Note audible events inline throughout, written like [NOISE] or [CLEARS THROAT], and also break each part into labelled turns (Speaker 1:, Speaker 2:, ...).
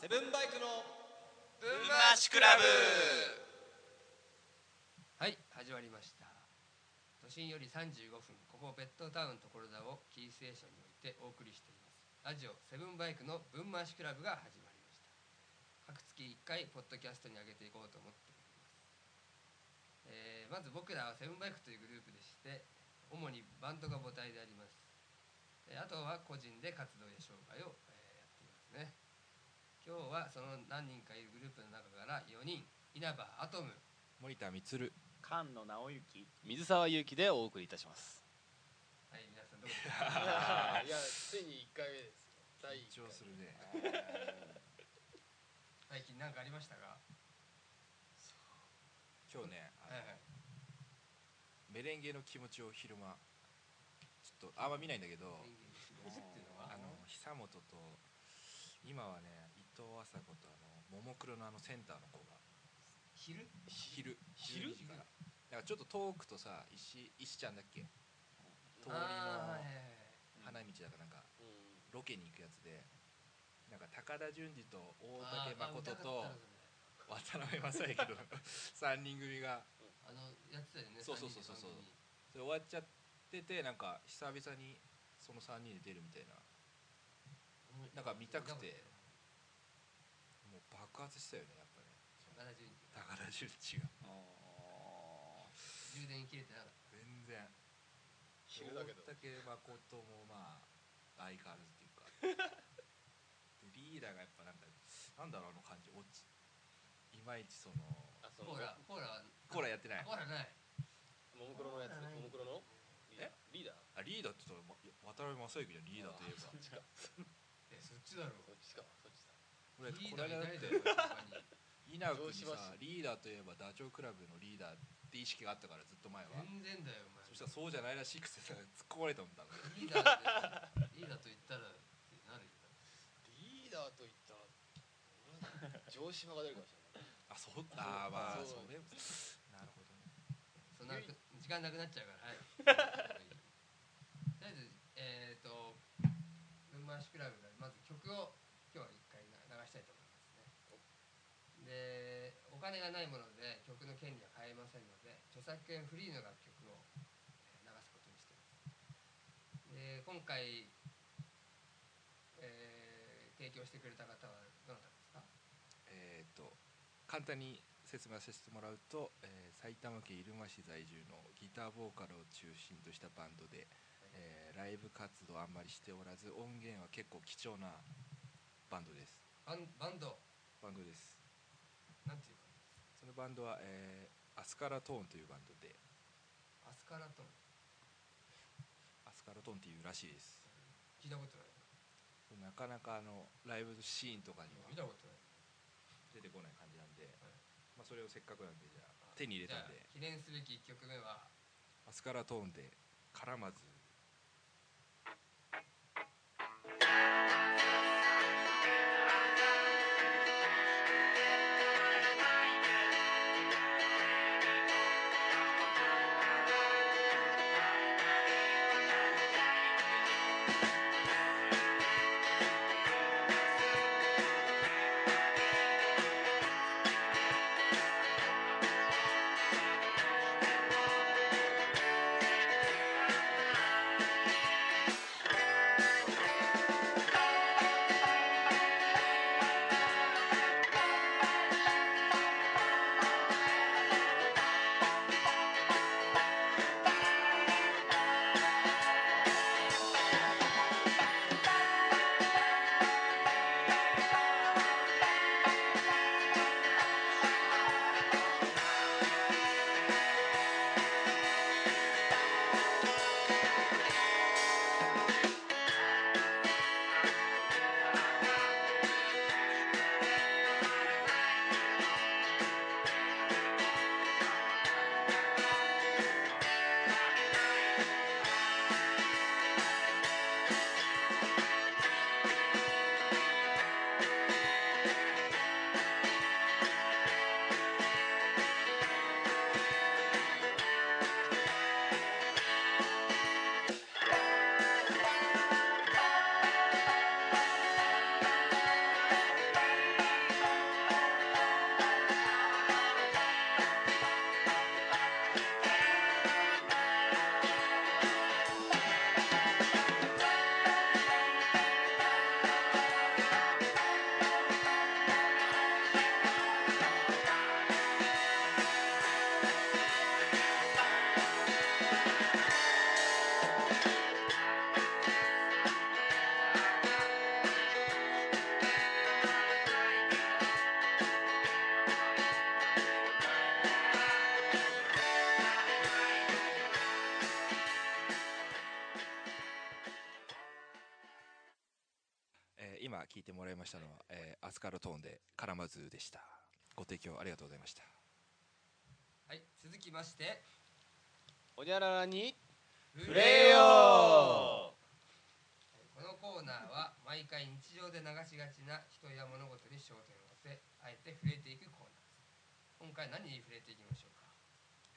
Speaker 1: セブンバイクの
Speaker 2: ブンマシクラブ
Speaker 3: はい始まりました都心より35分ここベッドタウン所沢をキーステーションにおいてお送りしていますラジオセブンバイクのぶん回しクラブが始まりました各月1回ポッドキャストに上げていこうと思っております、えーまず僕らはセブンバイクというグループでして主にバンドが母体であります、えーあとは個人で活動や障害を、えーやっていますね今日はその何人かいるグループの中から4人稲葉アトム
Speaker 4: 森田充
Speaker 2: 菅野直之
Speaker 5: 水沢祐希でお送りいたします
Speaker 3: はい皆さんどうです
Speaker 6: い
Speaker 3: か
Speaker 6: やいやついに1回目ですよ第1
Speaker 4: 一応するね
Speaker 3: 最近何かありましたか
Speaker 4: 今日ねあ
Speaker 3: はい
Speaker 4: の
Speaker 3: はい
Speaker 4: メレンゲの気持ちを昼間ちょっとあんま見ないんだけど
Speaker 3: 人間の仕事っていうのは
Speaker 4: あの久本と今はね伊藤麻子とあのももクロのあのセンターの子が
Speaker 3: 昼
Speaker 4: 昼
Speaker 3: 昼
Speaker 4: 12時からなんかちょっと遠くとさ石石ちゃんだっけ通りの
Speaker 3: あーはいはいはい
Speaker 4: 花道だかなんか
Speaker 6: 回うん
Speaker 4: ロケに行くやつでなんか高田純次と
Speaker 3: あー
Speaker 4: 大竹誠と
Speaker 3: あ歌ったの
Speaker 4: 渡辺正行の [LAUGHS] 3人組が
Speaker 3: あのやってたよね
Speaker 4: そうそうそうそうそう
Speaker 3: 三人で番組
Speaker 4: それ終わっちゃっててなんか久々にその3人で出るみたいななんか見たくてもう爆発したよねやっぱね
Speaker 3: まだ充
Speaker 4: 高田純次が
Speaker 3: 充電切れてなかった
Speaker 4: 全然
Speaker 6: 昼だけど
Speaker 4: 大竹誠もまあ相変わらずって
Speaker 6: [LAUGHS]
Speaker 4: いうかでリーダーがやっぱなんかなんだろうあの感じ落ちいまいちその
Speaker 6: あそ
Speaker 3: コ
Speaker 6: の
Speaker 3: ーラコーラは
Speaker 4: コーラやってない
Speaker 3: コーラない
Speaker 6: ももクロのやつももクロのリーダー
Speaker 4: え
Speaker 6: リーダー
Speaker 4: あリーダーって言ったら渡辺正行じゃんリーダーといえば
Speaker 6: そっちか
Speaker 3: えそっちだろ
Speaker 6: そっちかそっちだ
Speaker 4: 俺こ
Speaker 3: リー
Speaker 4: れ
Speaker 3: ダー
Speaker 4: だっ
Speaker 3: いない
Speaker 4: て
Speaker 3: だろ他に
Speaker 4: 稲垣
Speaker 6: ど
Speaker 4: に
Speaker 6: うしま
Speaker 4: さ
Speaker 6: す
Speaker 4: リーダーといえばダチョウ倶楽部のリーダーって意識があったからずっと前は [LAUGHS]
Speaker 3: 全然だよお前
Speaker 4: そしたらそうじゃないらしくてさ突っ込まれたもんだから
Speaker 3: リーダーでリーダーと言ったらってなるよ
Speaker 6: リーダーといったら城島が出るかもしれない
Speaker 4: あそうあーまあ
Speaker 6: そ
Speaker 4: そうれなるほどね
Speaker 3: そんなく時間なくなっちゃうからはいとりあえずえっ、ー、と「ブン回しクラブ」からまず曲を今日は一回な流したいと思いますねでお金がないもので曲の権利は買えませんので著作権フリーの楽曲をえー流すことにしていますで今回、えー提供してくれた方はどなたですか
Speaker 4: えーっと簡単に説明させてもらうと、えー埼玉県入間市在住のギターボーカルを中心としたバンドで、えーライブ活動あんまりしておらず音源は結構貴重なバンドです
Speaker 3: バンバンド
Speaker 4: バンドです
Speaker 3: なんていう
Speaker 4: そのバンドは、えーアスカラトーンというバンドで
Speaker 3: かアスカラと
Speaker 4: アスカラトーンっていうらしいです
Speaker 3: 聞いたことない
Speaker 4: なかなかあのライブシーンとかに
Speaker 3: 見
Speaker 4: は
Speaker 3: たことない
Speaker 4: 出てこない感じなんで、まあ、それをせっかくなんでじゃあ手に入れ
Speaker 3: じゃ
Speaker 4: たん
Speaker 3: あ
Speaker 4: で
Speaker 3: 記念すべき1曲目は
Speaker 4: アスカラトーンで絡まず
Speaker 3: 「
Speaker 4: スカルトーンで「カラマズー」でしたご提供ありがとうございました
Speaker 3: はい続きまして
Speaker 5: おにゃららに
Speaker 3: 触
Speaker 5: 触れよ
Speaker 3: このコーナーは毎回日常で流しがちな人や物事に焦点を当てあえて触れていくコーナーです今回何に触れていきましょうか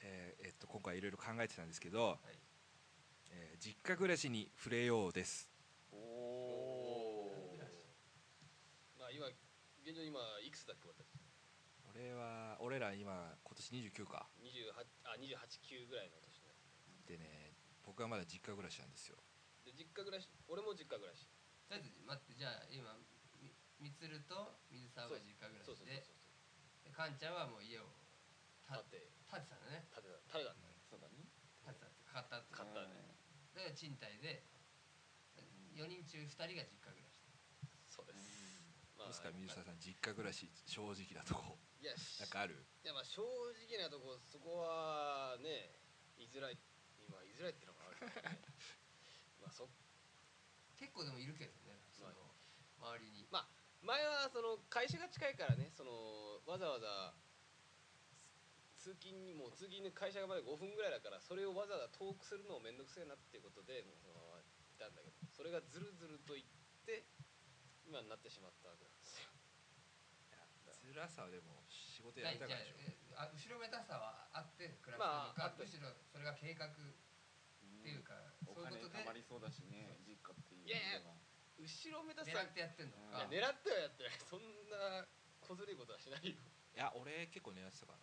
Speaker 4: えーえっと今回いろいろ考えてたんですけど、
Speaker 3: い
Speaker 4: えー実家暮らしに触れようです
Speaker 2: お
Speaker 3: お
Speaker 2: お
Speaker 3: ー
Speaker 6: まあ今現状今いくつだっけ私
Speaker 4: 俺は俺ら今今年29か
Speaker 6: 28あ289ぐらいの年ね
Speaker 4: でね僕はまだ実家暮らしなんですよ
Speaker 6: で実家暮らし俺も実家暮らし
Speaker 3: とりあえず待ってじゃあ今みみつると水沢が実家暮らし
Speaker 6: そうそうそう
Speaker 3: で
Speaker 6: そう
Speaker 3: でかんちゃんはもう家をた
Speaker 6: 建て
Speaker 3: 建てたのね
Speaker 6: 建てた建てたんだよ
Speaker 2: そうだね
Speaker 3: 建てたって買ったって
Speaker 6: 買ったね
Speaker 3: だから賃貸で4人中2人が実家暮らし
Speaker 6: そうですま
Speaker 4: ど
Speaker 6: あ
Speaker 4: うですか
Speaker 6: い
Speaker 4: 水沢さん実家暮らし正直なとこ
Speaker 6: やし
Speaker 4: なんかある
Speaker 6: いやまあ正直なとこそこはね言いづらい今言いづらいっていうのがあるからねまあそ
Speaker 3: 結構でもいるけどねその周りに
Speaker 6: 前はその会社が近いからねそのわざわざ通勤にもう通勤で会社まで5分ぐらいだからそれをわざわざ遠くするのも面倒くせえなっていうことでもうそのまま行ったんだけどそれがずるずると言って今になってしまったわけなんですよ
Speaker 4: 辛さはでも仕事
Speaker 3: な
Speaker 4: や
Speaker 3: いじ
Speaker 4: りた
Speaker 3: ゃ
Speaker 4: からでしょ
Speaker 3: あえあ後ろめたさはあって暮らしてるの
Speaker 6: まああ
Speaker 3: か、
Speaker 6: って
Speaker 3: むしろそれが計画って
Speaker 2: うん
Speaker 3: いうか、
Speaker 2: お
Speaker 3: そう
Speaker 2: 金
Speaker 3: いうこと
Speaker 2: 貯ま
Speaker 3: で
Speaker 2: りそうだしね実家っていう
Speaker 6: いやいや
Speaker 2: のが
Speaker 6: 後ろ目指す
Speaker 3: 狙
Speaker 6: は
Speaker 3: ってやってんの
Speaker 2: 狙
Speaker 3: か
Speaker 6: いや狙ってはやってないそんな小ずるいことはしないよ
Speaker 4: いや俺結構狙ってたか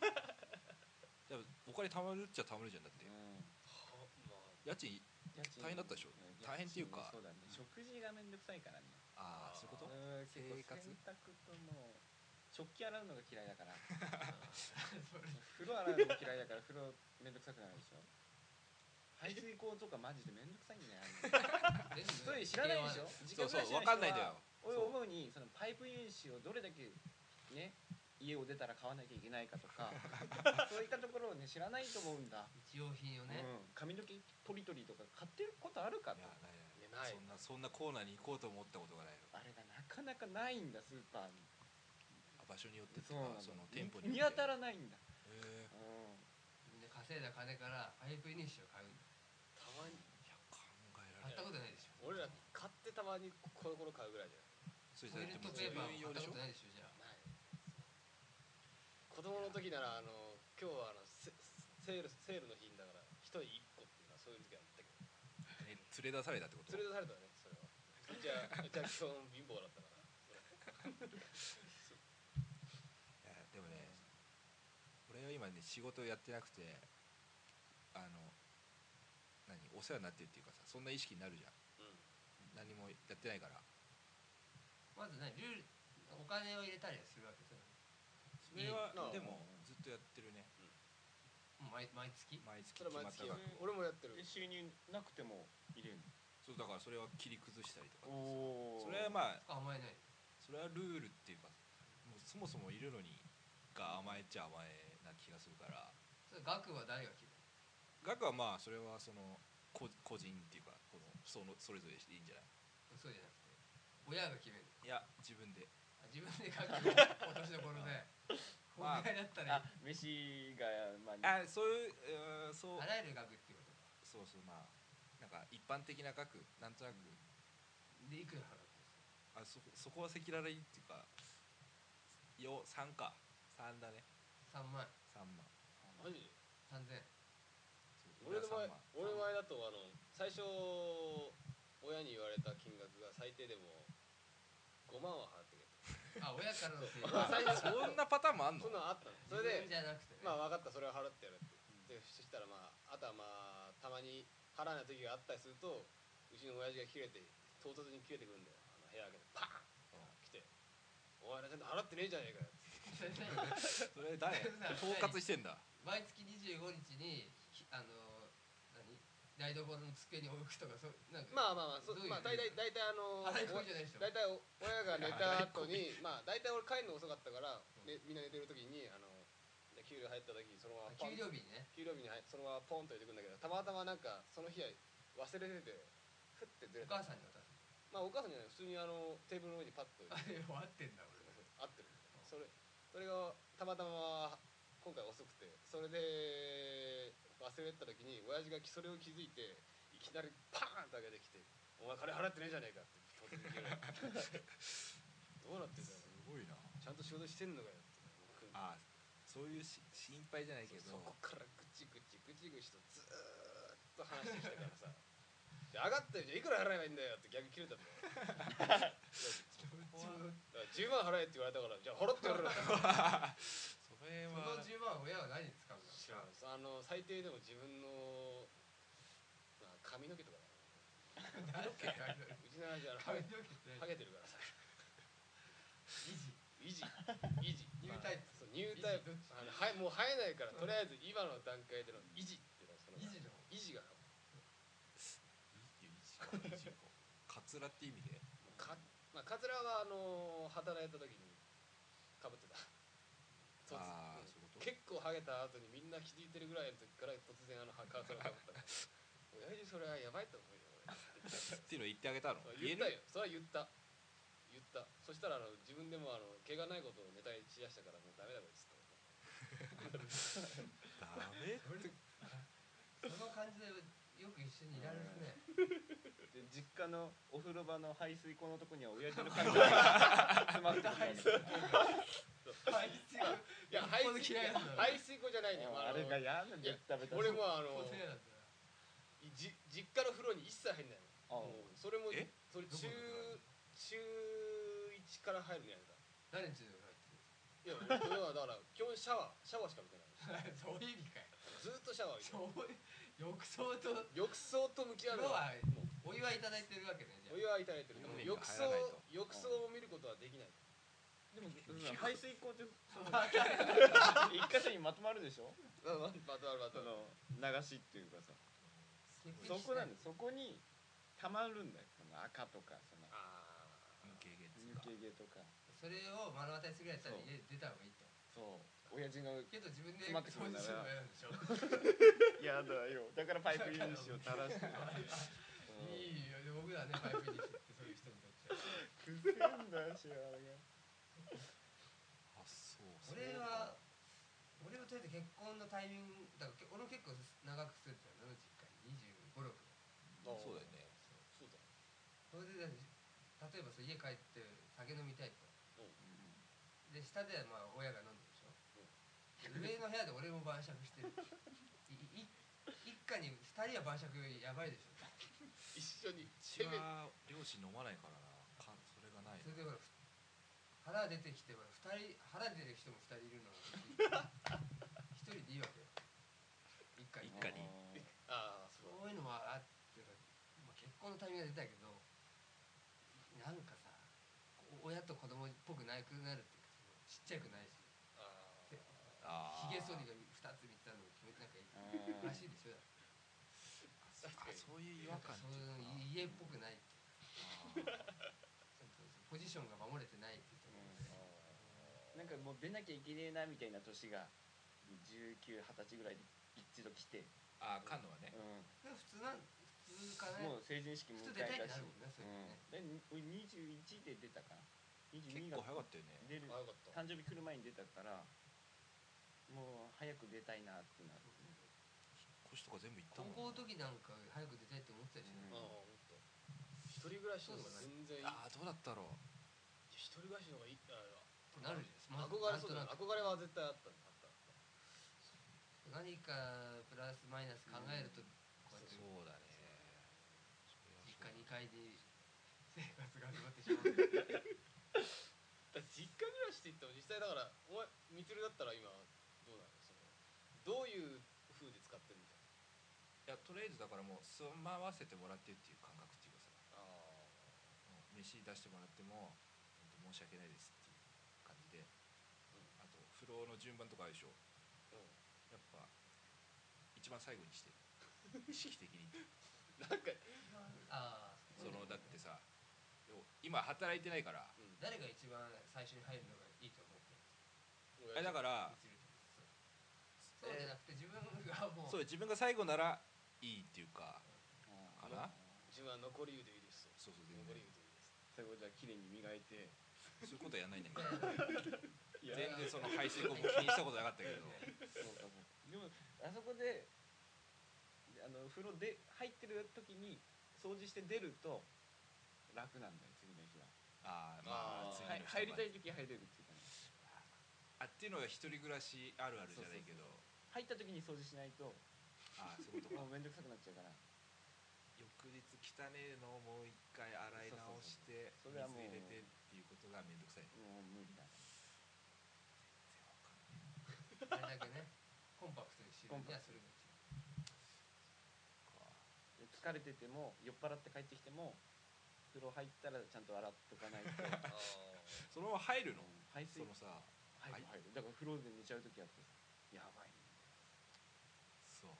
Speaker 4: ら [LAUGHS] でもお金貯まるっちゃ貯まるじゃんだって
Speaker 2: うん
Speaker 4: 家賃
Speaker 2: 家賃
Speaker 4: 大変だったでし
Speaker 2: ん
Speaker 4: ょ大変っていうか
Speaker 2: そうだね食事がめんどくさいからね
Speaker 4: ああそういうこ
Speaker 2: う
Speaker 4: と
Speaker 2: ん結構
Speaker 4: 生活
Speaker 2: 洗濯ともう食器洗うのが嫌いだから
Speaker 3: [LAUGHS] それ
Speaker 2: 風呂洗うのも嫌いだから風呂めんどくさくなるでしょ排水口とかマジでめんどくさいんだよあれ
Speaker 4: [LAUGHS]
Speaker 3: 全部
Speaker 2: そういう知らないでしょ
Speaker 4: そうそうわかんないんだよ
Speaker 2: 俺思うにそのパイプ融資をどれだけね家を出たら買わなきゃいけないかと [LAUGHS] かそういったところをね知らないと思うんだ、
Speaker 3: 日用品をね、
Speaker 2: うん、髪の毛とりとりとか買ってることあるか
Speaker 4: い
Speaker 2: と
Speaker 4: やない
Speaker 6: いや
Speaker 4: な
Speaker 6: ないい
Speaker 4: そんなそんなコーナーに行こうと思ったことがないよ
Speaker 2: あれがなかなかないんだスーパーに
Speaker 4: あ場所によってと
Speaker 2: そうなん
Speaker 4: か
Speaker 2: だ
Speaker 4: その店舗に
Speaker 2: 見
Speaker 4: よっ
Speaker 2: 当
Speaker 4: て
Speaker 2: たらないんだ、
Speaker 4: へえ
Speaker 2: う
Speaker 3: みんな稼いだ金からパイプ入試を買う
Speaker 6: たまに
Speaker 4: いや考えら
Speaker 3: 買っ
Speaker 4: れな
Speaker 3: た
Speaker 4: い
Speaker 3: ことないでしょ
Speaker 6: 俺ら買ってたまにコロコロ買うぐらいじゃ
Speaker 4: それ
Speaker 3: トイレット
Speaker 4: もう
Speaker 3: ペーパー
Speaker 4: 自
Speaker 3: も買
Speaker 4: 分用
Speaker 3: った
Speaker 4: でしょ
Speaker 3: ことないでしょじゃあ
Speaker 6: ない子供の時ならあの今日はあのセセールセールの日だから一人一個っていうのはそういう時あったけど
Speaker 4: え連れ出されたってこと
Speaker 6: 連れ出されたねそれはうちはうちは基本貧乏だったから
Speaker 4: いやでもね俺は今ね仕事やってなくてあの何お世話になってるっていうかさそんな意識になるじゃん
Speaker 6: うん
Speaker 4: 何もやってないから
Speaker 3: まずねルールお金を入れたりはするわけですよ
Speaker 4: それは
Speaker 6: うん
Speaker 4: でもずっとやってるね
Speaker 3: もう毎毎月
Speaker 4: 毎月
Speaker 6: そ
Speaker 4: 決
Speaker 6: れは
Speaker 4: ま
Speaker 6: 毎
Speaker 4: った
Speaker 6: 月
Speaker 4: 額
Speaker 6: 俺もやってる
Speaker 2: んで収入なくても入れる
Speaker 4: そうだからそれは切り崩したりとか
Speaker 2: お
Speaker 4: それはまあ
Speaker 3: あんまりない
Speaker 4: それはルールっていうかもうそもそもいるのにが甘えっちゃ甘えな気がするから
Speaker 3: それ額は誰が決める
Speaker 4: 額はまあそれはそのこ個人っていうかこのそのそれぞれでいいんじゃない
Speaker 3: そうじゃなくて親が決める
Speaker 4: いや自分で
Speaker 3: あ自分で額を落としどころでこん
Speaker 4: まあ
Speaker 3: ぐらいだったら
Speaker 2: あ飯がまあ
Speaker 4: あそういう、うんそう
Speaker 3: 払える額っていうこと
Speaker 4: そうそうまあなんか一般的な額なんとなく
Speaker 3: でいくら払う
Speaker 4: あそそこは赤裸々にっていうかよ3か3だね
Speaker 3: 3万
Speaker 4: 3万
Speaker 6: マジ
Speaker 3: 3000
Speaker 6: [LAUGHS]
Speaker 4: そう
Speaker 6: 俺の前
Speaker 4: は
Speaker 6: 俺の前だとあの最初親に言われた金額が最低でも5万は払ってくれ
Speaker 3: あ親からの請求
Speaker 6: まあ最初
Speaker 4: 3万そんなパターンもあんの
Speaker 6: そんなのあったのそれ
Speaker 3: 自
Speaker 6: で
Speaker 3: 分じゃなくてね
Speaker 6: まあ分かったそれは払ってやるってでそしたらまああとはまあたまに払わない時があったりするとうちの親父が切れて唐突に切れてくるんだよあの部屋開けてパーン来て「お前らちゃんと払ってねえじゃねえかよ」
Speaker 4: それ誰統括してんだ
Speaker 3: [LAUGHS] 毎月25日にひあの何台所の机に置くとかそうなんか
Speaker 6: まあまあまあそう
Speaker 3: どういう
Speaker 6: まあ大体大体あの
Speaker 3: 払い込みじゃないでしょ
Speaker 6: 大体お親が寝た後にまあ大体俺帰るの遅かったから、ね、みんな寝てる時にあので給料入った時にそのまま
Speaker 3: あ
Speaker 6: ポン
Speaker 3: 給料日にね
Speaker 6: 給料日に入そのままポンと入れてくんだけどたまたまなんかその日は忘れててふってずれ
Speaker 3: お
Speaker 6: た
Speaker 3: 母さんに渡す
Speaker 6: まあお母さんじゃない普通にあのテーブルの上にパッと
Speaker 3: あれ合ってんだ [LAUGHS] 俺
Speaker 6: [LAUGHS] 合ってるそれそれがたまたま今回遅くてそれで忘れてた時に親父がそれを気づいていきなりパーンと上げてきて「お前金払ってねえじゃねえか」って突然言われてど [LAUGHS] うなってんだよ
Speaker 4: すごいな
Speaker 6: ちゃんと仕事してんのかよって
Speaker 4: あそういうし心配じゃないけど
Speaker 6: そこからぐちぐちぐちぐちとずーっと話してきたからさで上がったよじゃあいくら払えばいいんだよって逆に切れたんだよだから10万払えって言われたからじゃあ払ってやるよ
Speaker 4: それ
Speaker 3: そ
Speaker 4: は
Speaker 3: の10万親は何に使うんだろう
Speaker 6: 知らんあの最低でも自分の、まあ、髪の毛とか
Speaker 3: 何の毛
Speaker 6: だねうちの親父はハ
Speaker 3: 髪
Speaker 6: ゲ
Speaker 3: の毛って
Speaker 6: ハゲてる
Speaker 3: [LAUGHS]
Speaker 6: からさ
Speaker 3: 維持
Speaker 6: 維持維持
Speaker 3: [LAUGHS] ニュータイプ
Speaker 6: そうニュータイプ
Speaker 3: 維持どっち
Speaker 6: あのはもう生えないからとりあえず今の段階での維持っていうのはその
Speaker 3: 維持の
Speaker 6: 維持が
Speaker 4: カツラって意味で
Speaker 6: か、まあ、カツラはあの働いた時にかぶってたそうです
Speaker 4: ああ
Speaker 6: うん
Speaker 4: そういう
Speaker 6: 結
Speaker 4: こと
Speaker 6: 構ハゲた後にみんな気づいてるぐらいの時から突然あのはカツラかぶ
Speaker 3: [LAUGHS]
Speaker 6: ったから親父それはやばいと思うよ俺
Speaker 4: っていうの言ってあげたの
Speaker 6: 言っ
Speaker 4: 言え
Speaker 6: た
Speaker 4: る
Speaker 6: よそれは言った言ったそしたらあの自分でもあの毛がないことをネタにしやしたからもうダメだこいつって
Speaker 4: ダメ
Speaker 3: それその感じでよく一緒にいられるね
Speaker 2: で実家のお風呂場の排水口のとこには親父の髪が [LAUGHS] 詰まってる
Speaker 3: [LAUGHS] 排水が
Speaker 6: いや排
Speaker 3: よっぽど
Speaker 6: 水
Speaker 3: 嫌いなんだ
Speaker 6: 排水口じゃないね、ま
Speaker 2: あ
Speaker 6: あ、あ
Speaker 2: れ
Speaker 6: の
Speaker 2: が嫌なんだよ食べた
Speaker 6: 俺もあの
Speaker 3: こうせいなんだ
Speaker 6: じ実家の風呂に一切入んない
Speaker 2: あ
Speaker 6: のもうそれも
Speaker 4: え
Speaker 6: それ中
Speaker 3: どこの
Speaker 6: 中1から入るのやめた
Speaker 3: 誰についてもらっ
Speaker 6: いや俺俺はだから基本シャワーシャワーしか見てない
Speaker 3: てる [LAUGHS] そういう意味かい
Speaker 6: ずっとシャワー浴びて
Speaker 3: そういう浴槽と
Speaker 6: る浴槽と向き合う
Speaker 3: 風
Speaker 6: の
Speaker 3: 呂
Speaker 6: は
Speaker 3: はお湯はいただいてるわけねじゃ
Speaker 6: お湯はいただいてる
Speaker 4: 湯船には
Speaker 6: 浴槽
Speaker 4: 入らないと
Speaker 6: 浴槽を見ることはできない
Speaker 2: でもうん排水口って
Speaker 3: あ
Speaker 2: 一箇所にまとまるでしょ
Speaker 6: まあまあまたま
Speaker 2: そ
Speaker 6: た
Speaker 2: の流しっていうかさそこなんだよそこにたまるんだよその赤とかその
Speaker 6: あ
Speaker 4: 抜け毛つ
Speaker 2: 抜
Speaker 4: か
Speaker 2: け毛とか
Speaker 3: それを目の当たりするやつは家出た方がいいと
Speaker 2: そう親父の
Speaker 3: けど自分で
Speaker 2: 詰まってくるんだな
Speaker 3: 掃除すの嫌なんでしょ
Speaker 2: 嫌だよだからパイプ粒子を垂らして
Speaker 3: いいよで僕らねパイプにってそういう人にとっては
Speaker 2: くせえんだよシワが
Speaker 4: あそうそう
Speaker 3: 俺は俺はとりあえず結婚のタイミングだから俺も結構長く住んでたの実家に2526
Speaker 6: あ
Speaker 4: そうだよね
Speaker 6: そうだ
Speaker 3: それでだから例えばそう家帰って酒飲みたいと
Speaker 6: うん
Speaker 3: で下ではまあ親が飲んでるでしょ、上の部屋で俺も晩酌してるいい一家に二人は晩酌やばいでしょ
Speaker 6: 一緒に
Speaker 4: うちは両親飲まないからなかんそれがない
Speaker 3: それで
Speaker 4: な
Speaker 3: ほらふ腹出てきてほら二人腹出てる人も二人いるのに一人でいいわけよ一家に
Speaker 4: 一家に
Speaker 6: ああそ
Speaker 3: そういうのはあって、まあ、結婚のタイミングが出たけどなんかさお親と子供っぽくなくなるっていうかちっちゃくないし
Speaker 6: あー
Speaker 4: あ
Speaker 3: ひげ
Speaker 4: ー
Speaker 3: 剃りが二つ三つあるのもなんかいいらしいでしょだって
Speaker 4: あそういう違和感って
Speaker 3: そう
Speaker 4: い
Speaker 3: いうう
Speaker 4: のか
Speaker 3: 家っぽく
Speaker 4: な
Speaker 3: ないっていうかちゃんとポジションが守れてないっていうところで
Speaker 2: なんかもう出なきゃいけねえなみたいな年が1920歳ぐらいで一度来て、
Speaker 4: あーカンノはね
Speaker 2: う
Speaker 3: でも普通なん普通か
Speaker 2: ん、
Speaker 3: ね
Speaker 2: もう成人式も迎
Speaker 3: 普通出たい
Speaker 2: え
Speaker 3: って
Speaker 2: たし
Speaker 3: なるもんねそれ
Speaker 2: で
Speaker 3: ね、
Speaker 2: 俺21で出たかな
Speaker 4: 結
Speaker 2: 22
Speaker 4: 構
Speaker 2: が
Speaker 4: 早かったよね
Speaker 2: 出る
Speaker 6: あよかった
Speaker 2: 誕生日来る前に出たからもう早く出たいなってなる
Speaker 4: 腰とか全部いった
Speaker 3: 高
Speaker 4: もん
Speaker 3: 校の時なんか早く出たいって思ってたでしょ、
Speaker 2: うん
Speaker 6: ああほんと一人暮らしの方が全然いい
Speaker 4: ああどうだったろう
Speaker 6: 一人暮らしの方がいいあ
Speaker 3: なるじゃん、まず
Speaker 6: 憧れそうだ
Speaker 3: なん
Speaker 6: ね
Speaker 3: となく
Speaker 6: 憧れは絶対あったんだあった
Speaker 3: 何かプラスマイナス考えるとこうやって
Speaker 4: そうだね
Speaker 3: 実家2階で生活が始まってしまう
Speaker 6: だって実家暮らしって言っても実際だからお前みつるだったら今どうなのそのどういう風で使ってるんだよ
Speaker 4: いやとりあえずだからもう住まわせてもらってるっていう感覚っていうかさ
Speaker 6: あ
Speaker 4: うん飯出してもらってもほんと申し訳ないですっていう感じであと風呂の順番とかあるでしょ
Speaker 6: あうん
Speaker 4: やっぱ一番最後にしてる意識的 [LAUGHS] に
Speaker 6: なんか
Speaker 3: [LAUGHS] ああ
Speaker 4: そのだってさでも今働いてないから
Speaker 3: 誰が一番最初に入るのがいいと思って
Speaker 4: え
Speaker 6: ら
Speaker 4: だから
Speaker 3: 移るそうそうじゃなくて自分がもう
Speaker 4: そう自分が最後ならいいっていうかかな
Speaker 6: 自分は残り湯でいいです
Speaker 4: そうそう全
Speaker 6: 残り
Speaker 4: 然
Speaker 6: 湯でいい
Speaker 2: ということは綺麗に磨いて
Speaker 4: そういうことやん [LAUGHS] ないねんか
Speaker 3: や
Speaker 4: ら
Speaker 2: い
Speaker 4: 全然その排水口も気にしたことなかったけど
Speaker 2: そうかもでもあそこでであの風呂で入ってる時に掃除して出ると楽なんだよ次の日は
Speaker 4: ああまあ
Speaker 6: あー
Speaker 4: 次
Speaker 2: は
Speaker 4: の
Speaker 2: い
Speaker 4: 人
Speaker 2: 入りたい時入れるっていうかね
Speaker 4: あっていうのが一人暮らしあるあるじゃないけど
Speaker 2: 入った時に掃除しないと
Speaker 4: ああそういうことか
Speaker 2: もう面倒くさくなっちゃうから
Speaker 4: 翌日汚ねえのをもう一回洗い直して
Speaker 2: そうそうそうそ
Speaker 4: 水
Speaker 2: れはもう
Speaker 4: 入れてっていうことがめんどくさい
Speaker 2: もう無理だ
Speaker 3: あれだけねコンパクトにしるにはそれが一番
Speaker 2: で疲れてても酔っ払って帰ってきても風呂入ったらちゃんと洗っとかないと
Speaker 4: [LAUGHS]
Speaker 6: あー
Speaker 4: そのまま入るの
Speaker 2: 排
Speaker 4: そ
Speaker 2: 水
Speaker 4: のさ
Speaker 2: 入る入るだから風呂で寝ちゃう時あってさやばいね
Speaker 4: そう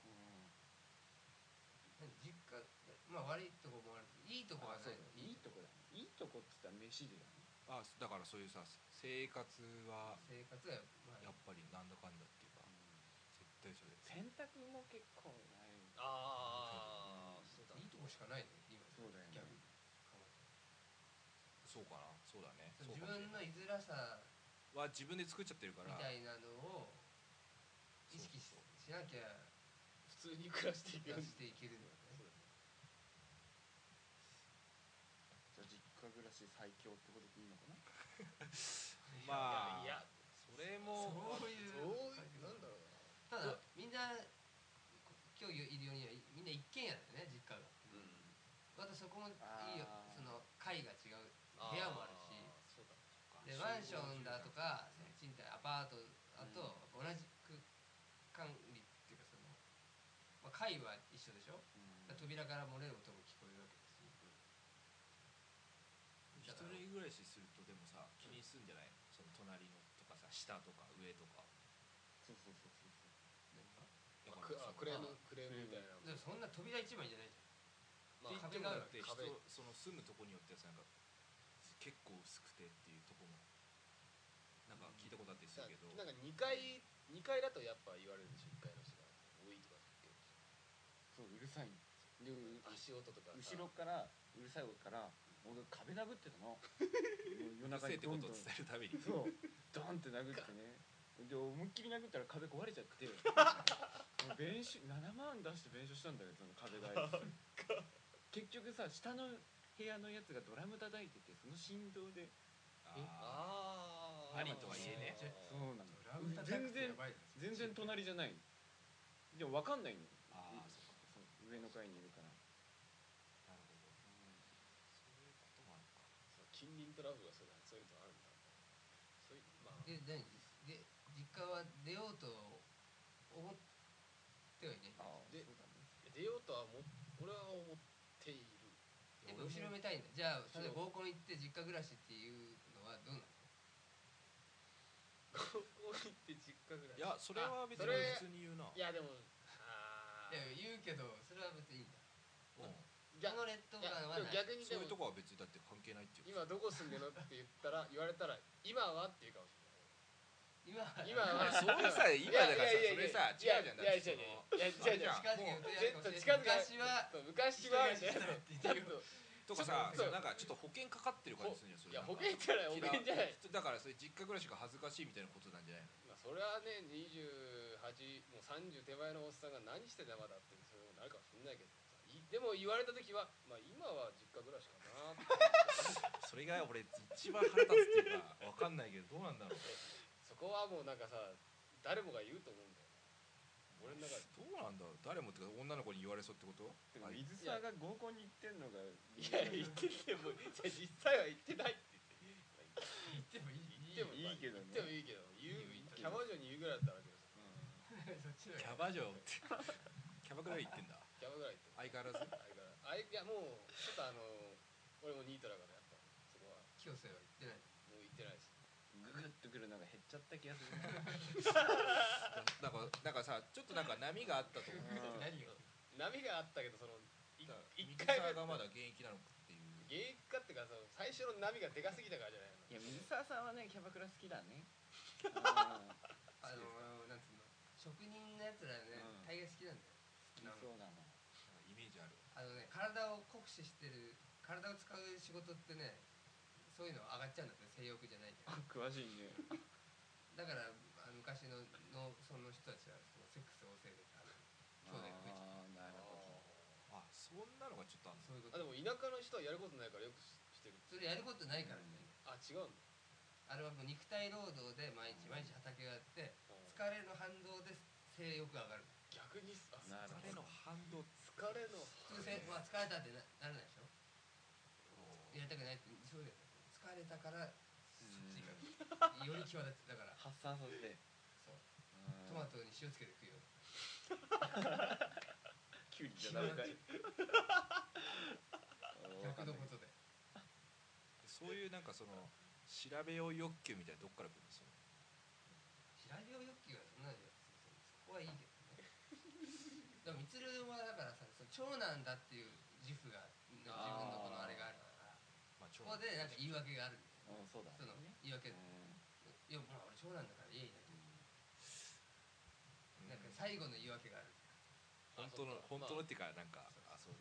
Speaker 3: 何実家まあ悪いとこもあるいいとこは
Speaker 2: あ
Speaker 3: な
Speaker 2: そう
Speaker 3: い
Speaker 2: だいいとこだねいいとこっつったら飯でだね
Speaker 4: あだからそういうさ生活は
Speaker 3: 生活がまあ
Speaker 4: やっぱりなんだかんだっていうか絶対それ
Speaker 2: 洗濯も結構ない
Speaker 6: あーそうだ
Speaker 3: いいとこしかないのよ今
Speaker 2: そうだよね
Speaker 3: 逆に
Speaker 4: そうかなそうだね
Speaker 3: 自
Speaker 4: そうかもしれ
Speaker 3: 分
Speaker 4: ない
Speaker 3: のいづらさ
Speaker 4: は自分で作っちゃってるか
Speaker 3: み
Speaker 4: ら
Speaker 3: たいなのを意識ししなきゃ
Speaker 6: 普通に暮らしていけ
Speaker 3: 出
Speaker 6: る
Speaker 3: していけるのよね
Speaker 2: じゃあ実家暮らし最強ってことでいいのかな
Speaker 4: まあ
Speaker 6: いやいや
Speaker 4: それも
Speaker 3: そういう
Speaker 6: どういうなんだろうな
Speaker 3: ただみんなこ今日いるようにはいみんな一軒家だよね実家がまたそこもいいよ
Speaker 2: あー
Speaker 3: その階が違う部屋もあるし
Speaker 6: ーそうだ
Speaker 3: でマンションだとかその賃貸アパートだと同じく管理っていうかその、まあ、階は一緒でしょだから扉から漏れる音も聞こえるわけですし
Speaker 4: 一人暮らしするとでもさ気にすんじゃないその隣のとかさ下とか上とか
Speaker 2: そうそうそうそうそう
Speaker 4: だ
Speaker 6: あくあクレームクレームみたいな
Speaker 3: でもそんな扉一枚じゃないじ
Speaker 6: ま
Speaker 3: ゃん
Speaker 4: って
Speaker 6: あ
Speaker 4: 言って
Speaker 3: 壁があ
Speaker 4: もだ
Speaker 3: る
Speaker 6: 壁
Speaker 4: って人その住むとこによってはさなんか結構薄くてっていうとこもなんか聞いたことあったりするけど
Speaker 6: なんか2階2階だとやっぱ言われるでしょ1階の人が多いとかって
Speaker 2: そううるさいんでう
Speaker 6: 足音とか
Speaker 2: 後ろからうるさいから俺壁殴ってた
Speaker 4: [LAUGHS]
Speaker 2: のもう夜
Speaker 4: うる
Speaker 2: 中
Speaker 4: せえ
Speaker 2: に
Speaker 4: って
Speaker 2: ど
Speaker 4: こ
Speaker 2: ん
Speaker 4: と
Speaker 2: ど
Speaker 4: を
Speaker 2: ん
Speaker 4: 伝えるために
Speaker 2: そうドンって殴ってねで思いっきり殴ったら壁壊れちゃってもう弁償7万出して弁償したんだけどその壁代結局さ下の部屋のやつがドラム叩いててその振動で
Speaker 4: あー
Speaker 6: ああ
Speaker 4: ありとはいえね
Speaker 2: そうな
Speaker 3: ドラ
Speaker 2: の
Speaker 3: ム叩
Speaker 2: 全
Speaker 3: くって
Speaker 2: 然
Speaker 3: やばいです
Speaker 2: 全然隣じゃないでも分かんないの
Speaker 4: あーそ
Speaker 2: そう上の階にいるから
Speaker 4: なるほどそういうこともあるか
Speaker 6: 近隣トラブルはそうだそういうのあるんだそういうまあ
Speaker 3: で何で実家は出ようと思ってはいない
Speaker 2: あ
Speaker 6: で
Speaker 2: そうだね
Speaker 6: 出ようとはも俺は思っている [LAUGHS]
Speaker 3: やっぱ後ろめたいんだじゃあ
Speaker 6: ろ
Speaker 3: 例えば合コン行って実家暮らしっていうのはどうなの
Speaker 6: 高校行って実家ぐらい
Speaker 4: いやそれは別
Speaker 6: あ
Speaker 4: に
Speaker 6: それ
Speaker 4: 普通に言うない
Speaker 6: やでもあ
Speaker 3: いや
Speaker 6: ー
Speaker 3: 言うけどそれは別にいいんだ
Speaker 4: うん
Speaker 6: 逆
Speaker 3: その劣等
Speaker 6: いや
Speaker 3: 感は
Speaker 6: でも
Speaker 3: ない
Speaker 6: 逆にで
Speaker 4: そういうと
Speaker 6: も
Speaker 4: こは別にだって関係ないっていう
Speaker 6: 今どこ住んでるのって言ったら言われたら今はっていうかもし
Speaker 3: 今は
Speaker 6: れない今は
Speaker 4: あそれさ今だからさそれさ違うじゃん
Speaker 6: い
Speaker 4: だ
Speaker 6: やいや
Speaker 4: って
Speaker 6: いや
Speaker 4: そ
Speaker 6: いやいや違う違う違う
Speaker 4: の
Speaker 6: 違う違う違う違う
Speaker 4: あれじゃん
Speaker 3: 近づけると
Speaker 6: 近づけ昔はみた
Speaker 3: やるかもしれない昔は
Speaker 6: いなちょっと
Speaker 4: とかさ
Speaker 6: ちょっと
Speaker 4: なんかちょっと保険かかってる感じするん
Speaker 6: い
Speaker 4: じゃんそれ
Speaker 6: や
Speaker 4: な
Speaker 6: 保
Speaker 4: んか
Speaker 6: 険じゃない保険じゃない
Speaker 4: だからそれ実家暮らしが恥ずかしいみたいなことなんじゃないの
Speaker 6: まあそれはね28もう30手前のおっさんが何してたまだってそういうのになるかもしんないけどさいでも言われた時はまあ今は実家暮らしかなって
Speaker 4: それが俺一番腹立つっていうか分かんないけどどうなんだろう
Speaker 6: そこはもうなんかさ誰もが言うと思うんだよ俺の中で
Speaker 4: どうなんだろう誰もってか女の子に言われそうってこと
Speaker 2: でも
Speaker 4: あい
Speaker 2: 水沢が合コンに行ってんのが
Speaker 6: いや言っててもじゃあ実際は言ってないって
Speaker 3: 言ってもいい
Speaker 6: 言っても
Speaker 2: いいけどね
Speaker 6: 言ってもいいけど言う
Speaker 3: いい
Speaker 6: キャバ嬢に言うぐらいだったらけどさ
Speaker 3: そっちの
Speaker 4: キ
Speaker 3: 方
Speaker 4: ャ
Speaker 3: が
Speaker 4: バ嬢ってキャバクラ行ってんだ
Speaker 6: キャバぐらいって
Speaker 4: 相変わらず
Speaker 6: あれからあいいやもうちょっとあの俺もニートだからやっぱそこは
Speaker 3: 清瀬は言ってない
Speaker 6: もう言ってないし
Speaker 2: ググッとくるのが減っちゃった気がする
Speaker 4: なんかなんかさちょっとなんか波があったと思う
Speaker 2: うん
Speaker 3: 何が
Speaker 6: 波があったけどそのい
Speaker 4: だから
Speaker 6: 一
Speaker 4: 水
Speaker 6: 回目
Speaker 4: 沢がまだ現役なのかっていう
Speaker 6: 芸術家っていうかその最初の波がでかすぎたからじゃない
Speaker 2: いや水沢さんはねキャバクラ好きだねあー
Speaker 3: あのなんつうの職人のやつらね
Speaker 2: うん
Speaker 3: 大概好きなんだ
Speaker 2: 好き
Speaker 3: よ
Speaker 2: そうだな
Speaker 4: イメージある
Speaker 3: あのね体を酷使してる体を使う仕事ってねそういうの上がっちゃうんだって性欲じゃないけど
Speaker 2: あ詳しいね
Speaker 3: だからあの昔ののその人たちはそのセックス旺盛であの兄弟が増えちゃっ
Speaker 2: あーなるほど
Speaker 4: あそんなのがちょっとある
Speaker 3: たそういうこ
Speaker 6: あでも
Speaker 3: と
Speaker 6: 田舎の人はやることないからよくしてる
Speaker 3: それやることないからね
Speaker 6: あ違うんだ
Speaker 3: あれはもう肉体労働で毎日毎日畑があって疲れの反動で性欲が上がる
Speaker 6: 逆にあ
Speaker 2: なる
Speaker 4: 疲れの反動
Speaker 6: 疲れの
Speaker 3: 普通せ、まあ、疲れたってなならないでしょやりたくないってそうだよ疲れたからそっ
Speaker 6: [LAUGHS]
Speaker 3: ちがより際立ってだから
Speaker 2: 発散させて
Speaker 3: そう
Speaker 2: ト
Speaker 3: トマトに塩つけて食うよ
Speaker 2: キュウリじゃダメかい
Speaker 3: 逆のことで
Speaker 4: そういうなんかその調べよう欲求みたいなどっから来るんですよ
Speaker 3: 平量欲求はそんなのよそこはいいけどねでも満はだからさその長男だっていう自負が自分のこのあれがあるから
Speaker 4: まあち
Speaker 3: そ
Speaker 4: ょ
Speaker 3: こでなんか言い訳がある
Speaker 2: うんそうだ
Speaker 3: その言い訳いやまあ俺長男だから家にいないなんか最後の言い訳がある
Speaker 4: 本当の
Speaker 6: あそっ
Speaker 4: 本
Speaker 6: かまあ
Speaker 4: 当のっていうかなんかあそう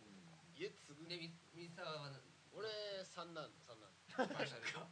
Speaker 6: 家継ぐ
Speaker 3: でみ水沢は
Speaker 6: 俺三男三男
Speaker 3: バしたでしょ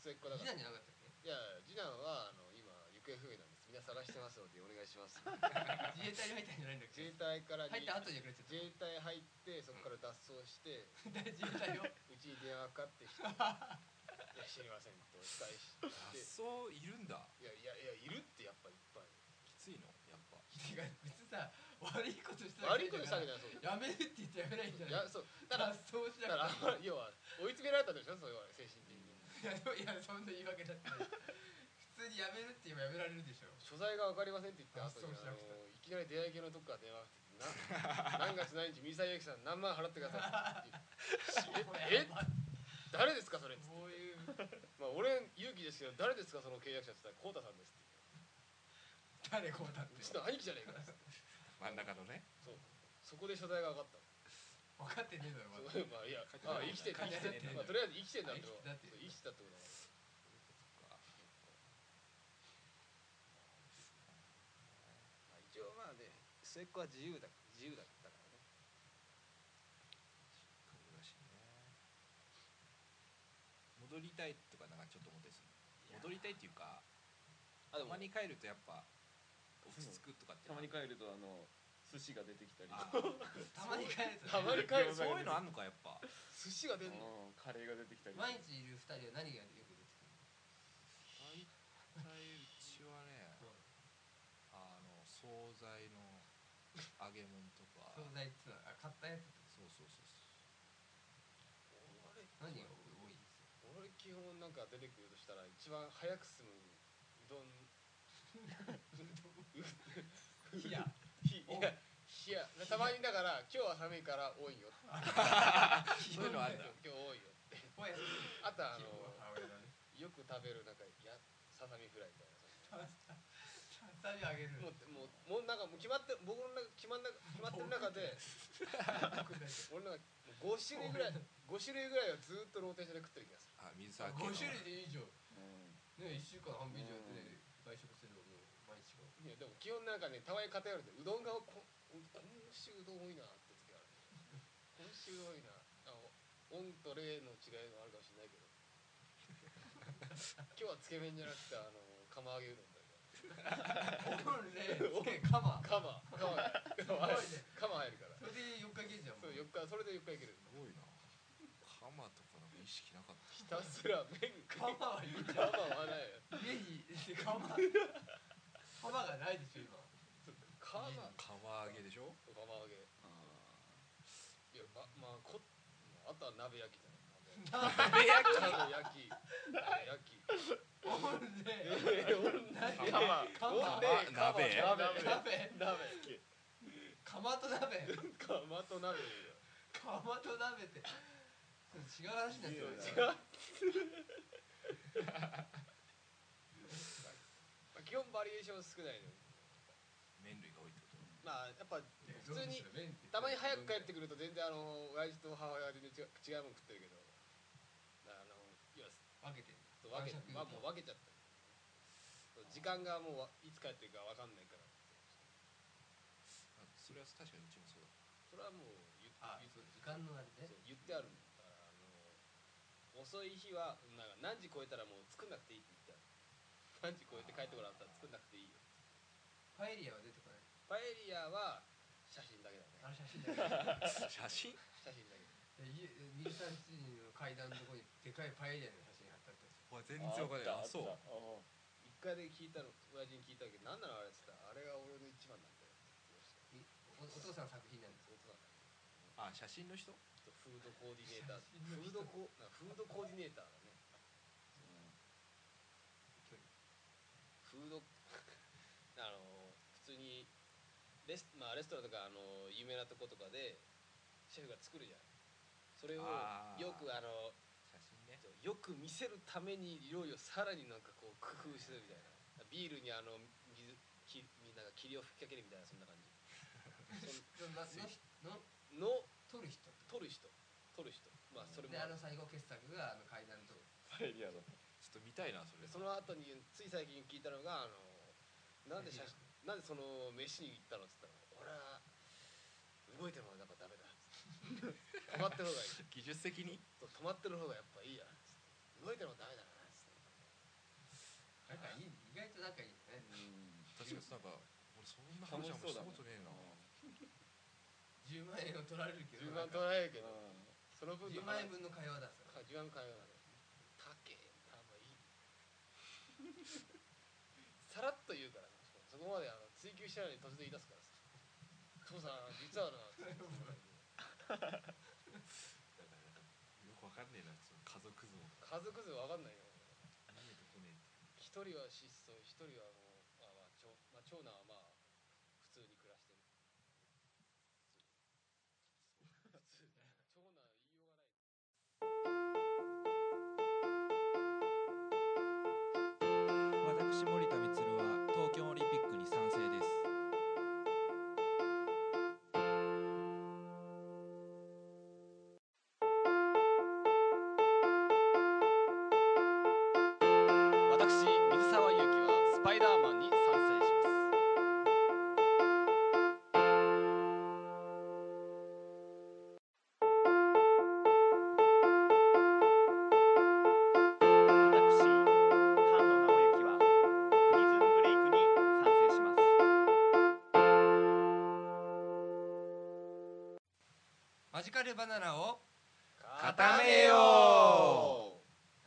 Speaker 6: 末っ子だ
Speaker 3: 次
Speaker 6: から
Speaker 3: 男じゃなかったっけ
Speaker 6: いや次男はあの今行方不明なんですみんな探してますのでお願いします
Speaker 3: [LAUGHS] 自衛隊に入ったんじゃないんだっ
Speaker 6: 自衛
Speaker 3: け
Speaker 6: 隊からに
Speaker 3: 入った後にくれちゃった
Speaker 6: 自衛隊入ってそこから脱走して
Speaker 3: [LAUGHS] 自衛隊を
Speaker 6: うちに電話かかってき
Speaker 3: [LAUGHS]
Speaker 6: て「いや知りません」ってお伝えし
Speaker 4: あ
Speaker 6: て
Speaker 4: そういるんだ
Speaker 6: いやいやいやいるってやっぱいっぱい
Speaker 4: きついのやっぱ
Speaker 3: てか別にさ悪いことした
Speaker 6: 悪いことしたわけじゃないそう
Speaker 3: やめるって言ってやめないんじゃ
Speaker 6: い
Speaker 3: ない
Speaker 6: やそうだから
Speaker 3: 脱走し
Speaker 6: だ
Speaker 3: な
Speaker 6: か
Speaker 3: が
Speaker 6: らあん
Speaker 3: ら
Speaker 6: ま [LAUGHS] り要は追い詰められたでしょそれは精神的に
Speaker 3: いやでもいやそんな言い訳だってない普通にやめるって言えばやめられるでしょ
Speaker 6: 所在が分かりませんって言って
Speaker 3: あ
Speaker 6: 後に
Speaker 3: そうし
Speaker 6: あ
Speaker 3: な
Speaker 6: の
Speaker 3: くて
Speaker 6: いきなり出会い系のとこから電話が来て「な何月何日水沢由紀さん何万払ってください」って言ってええ誰ですかそれ」って
Speaker 3: こういう
Speaker 6: まあ俺勇気ですけど誰ですかその契約者」って言ったら「浩太さんです」って
Speaker 3: 誰こうだ
Speaker 6: 言
Speaker 3: って
Speaker 6: ううちの兄貴じゃねえか」って
Speaker 4: 真ん中のね
Speaker 6: そうそこで所在が分かった
Speaker 3: 分かってねえだろまだ
Speaker 6: そうまあいやまあ生きて生きてってまあとりあえず生きてんだってこと
Speaker 3: あ
Speaker 6: は
Speaker 3: 生きてんだって
Speaker 6: 生きてたってことだか
Speaker 5: まあ一応まあね末っ子は自由だ自由だったからね
Speaker 4: 来るらしいね戻りたいとかなんかちょっと思ったりする戻りたいっていうか
Speaker 5: あ
Speaker 4: た
Speaker 5: でも
Speaker 4: まに帰るとやっぱ落ち着くとかって
Speaker 2: たまに帰るとあの寿司が出てきたり
Speaker 4: あ
Speaker 3: たまに帰る
Speaker 6: らたまに帰る
Speaker 4: そういうのあんのかやっぱ
Speaker 6: 寿司が出
Speaker 2: うん
Speaker 6: の
Speaker 2: んカレーが出てきたり
Speaker 3: 毎日いる二人は何がよく出てくる
Speaker 4: 大体うちはね
Speaker 3: の
Speaker 4: あの惣菜の揚げ物とか
Speaker 3: 惣菜っつうのはあ買ったやつ
Speaker 4: そうそうそうそ
Speaker 6: 俺
Speaker 3: 何が多いんですよ
Speaker 6: 俺基本なんか出てくるとしたら一番早く済むうどん
Speaker 3: いや
Speaker 6: ひ [LAUGHS] いやひやたまにだから今日は寒いから多いよ
Speaker 4: うそういうのあるんだ
Speaker 6: 今日多いよ
Speaker 3: おや
Speaker 6: あとあの
Speaker 3: 母親だね
Speaker 6: よく食べるなんかやささみフライみたいな
Speaker 3: 誕生日あげる
Speaker 6: もうもうもうなんかもう決まって僕の中決まんな決まってる中で俺なんか5種類ぐらい5種類ぐらいはずーっとローテーションで食ってる気がする
Speaker 4: あ水沢系の
Speaker 3: 5種類でいいじゃん
Speaker 2: う
Speaker 3: ね一週間半分以上で外食するのもう毎日が
Speaker 6: いやでも基本なんかねたまに偏るんでうどんがこ今週うどん多いなって時ある今週多いなあのオンとレイの違いもあるかもしれないけど [LAUGHS] 今日はつけ麺じゃなくてあの釜揚げうどんだよ
Speaker 3: オンレンつけカマ
Speaker 6: 釜釜釜入る釜入るから
Speaker 3: それで4日いけんじゃんも
Speaker 6: そう
Speaker 3: う
Speaker 6: 4日それで4日いける
Speaker 4: すごいな鎌とかなんか意識なかった
Speaker 6: ひたすら麺
Speaker 3: カ
Speaker 6: 食い
Speaker 3: マはいいじゃん
Speaker 6: 釜はないよ
Speaker 3: 家にカマカマがないでしょ今
Speaker 6: 釜
Speaker 3: いい
Speaker 6: 釜
Speaker 3: な
Speaker 4: 釜揚げでしょ
Speaker 6: 揚げいやままあこあとは鍋焼きじゃない
Speaker 4: 鍋焼
Speaker 6: 鍋焼き鍋焼き
Speaker 3: オンレン
Speaker 6: えーオン
Speaker 3: 鍋
Speaker 6: レイ
Speaker 3: 釜
Speaker 6: オンレイ
Speaker 4: 釜鍋
Speaker 6: 釜鍋
Speaker 3: 鍋
Speaker 6: 鍋
Speaker 3: カマと鍋
Speaker 6: 釜と鍋
Speaker 3: カマと鍋って違う話になってる
Speaker 6: 違
Speaker 2: 違う
Speaker 6: う基本バリエーション少ないのよ
Speaker 4: 麺類が多いってこと
Speaker 6: まあやっぱ普通にたまに早く帰ってくると全然あの親父と母親は全然違う違うもん食ってるけどあのいや
Speaker 3: 分けて
Speaker 6: そう分け
Speaker 3: 晩酌
Speaker 6: わもう分けちゃったそう時間がもうわいつ帰ってるか分かんないから
Speaker 4: あそれは確かにうちもそうだ
Speaker 6: それはもう言っ
Speaker 3: あ
Speaker 6: 言っ
Speaker 3: そう時間のあれで
Speaker 6: そう言ってあるんだからあの遅い日はなんか何時超えたらもう作んなくていいって言った何時超えて帰ってこなかったら作んなくていいよ
Speaker 3: パエリアは出てこない
Speaker 6: パエリアは写真だけだね
Speaker 3: あの写真だけど
Speaker 4: [LAUGHS] 写真
Speaker 6: 写真だけ
Speaker 3: で家二三地の階段のとこにでかいパエリアの写真貼ってあったんですよ
Speaker 4: わ全然わかんないあそう
Speaker 6: 一回で聞いたの親父に聞いたけど何なのあれっつったらあれが俺の一番なんだよって言ってました
Speaker 3: いおお父さんの作品なんです
Speaker 6: そういうことなんだよ
Speaker 4: あ写真の人
Speaker 6: フードコーディネーター
Speaker 3: 写真の
Speaker 6: フー
Speaker 3: 人
Speaker 6: ドコなんかフードコーディネーターだね
Speaker 3: 距離
Speaker 6: フードあの普通にレス,、まあ、レストランとかあの有名なとことかでシェフが作るじゃんそれを
Speaker 4: あー
Speaker 6: よくあの
Speaker 4: 写真ね
Speaker 6: よく見せるために料理をさらになんかこう工夫してるみたいなビールにあの水きみんなが霧を吹きかけるみたいなそんな感じ
Speaker 3: そのなのの
Speaker 6: の
Speaker 3: 撮る人って
Speaker 6: 取る人取る人まあそれも
Speaker 3: で
Speaker 6: あ
Speaker 3: あ
Speaker 6: る
Speaker 3: の最後傑作があの階段のとこ
Speaker 2: パエリアだ
Speaker 4: ちょっと見たいなそれ
Speaker 6: でその後につい最近聞いたのがあのなんで写真なんでその飯に行ったのっつったら俺は動いてるのはやっぱダメだっつって止まってる方がいい
Speaker 4: 技術的に
Speaker 6: そう止まってる方がやっぱいいやっつって動いてるのはダメだなっつって
Speaker 3: なんかいい意外となんかいいね
Speaker 4: 確かになんか俺そんな話はもうしたことねえな
Speaker 3: 10万円を取られるけど
Speaker 6: 10万取
Speaker 3: なんから
Speaker 6: れるけどその分
Speaker 3: 10
Speaker 6: の
Speaker 3: 万
Speaker 6: 話
Speaker 3: 円分の会話だそれ
Speaker 6: か10万円買えるからね高えよあんまいいさらっと言うからねしかもそこまであの追求してないのに突然言い出すからさ父さん実はなっつって
Speaker 4: よくわかんねえなちょっと家族像
Speaker 6: 家族図わかんないよ
Speaker 4: 見えてこねえ
Speaker 6: 一人は失踪一人はもう、まあまあ長まあ、長男はまあ普通に暮らしてる普通に長男は言いようがない
Speaker 1: 私森田充は東京オリンピックに賛成です
Speaker 6: 私水沢ゆうきはスパイダーマンに賛成します
Speaker 7: 私菅野直之はプリズンブレイクに賛成します
Speaker 3: マジカルバナナを、
Speaker 4: 固めよ
Speaker 3: え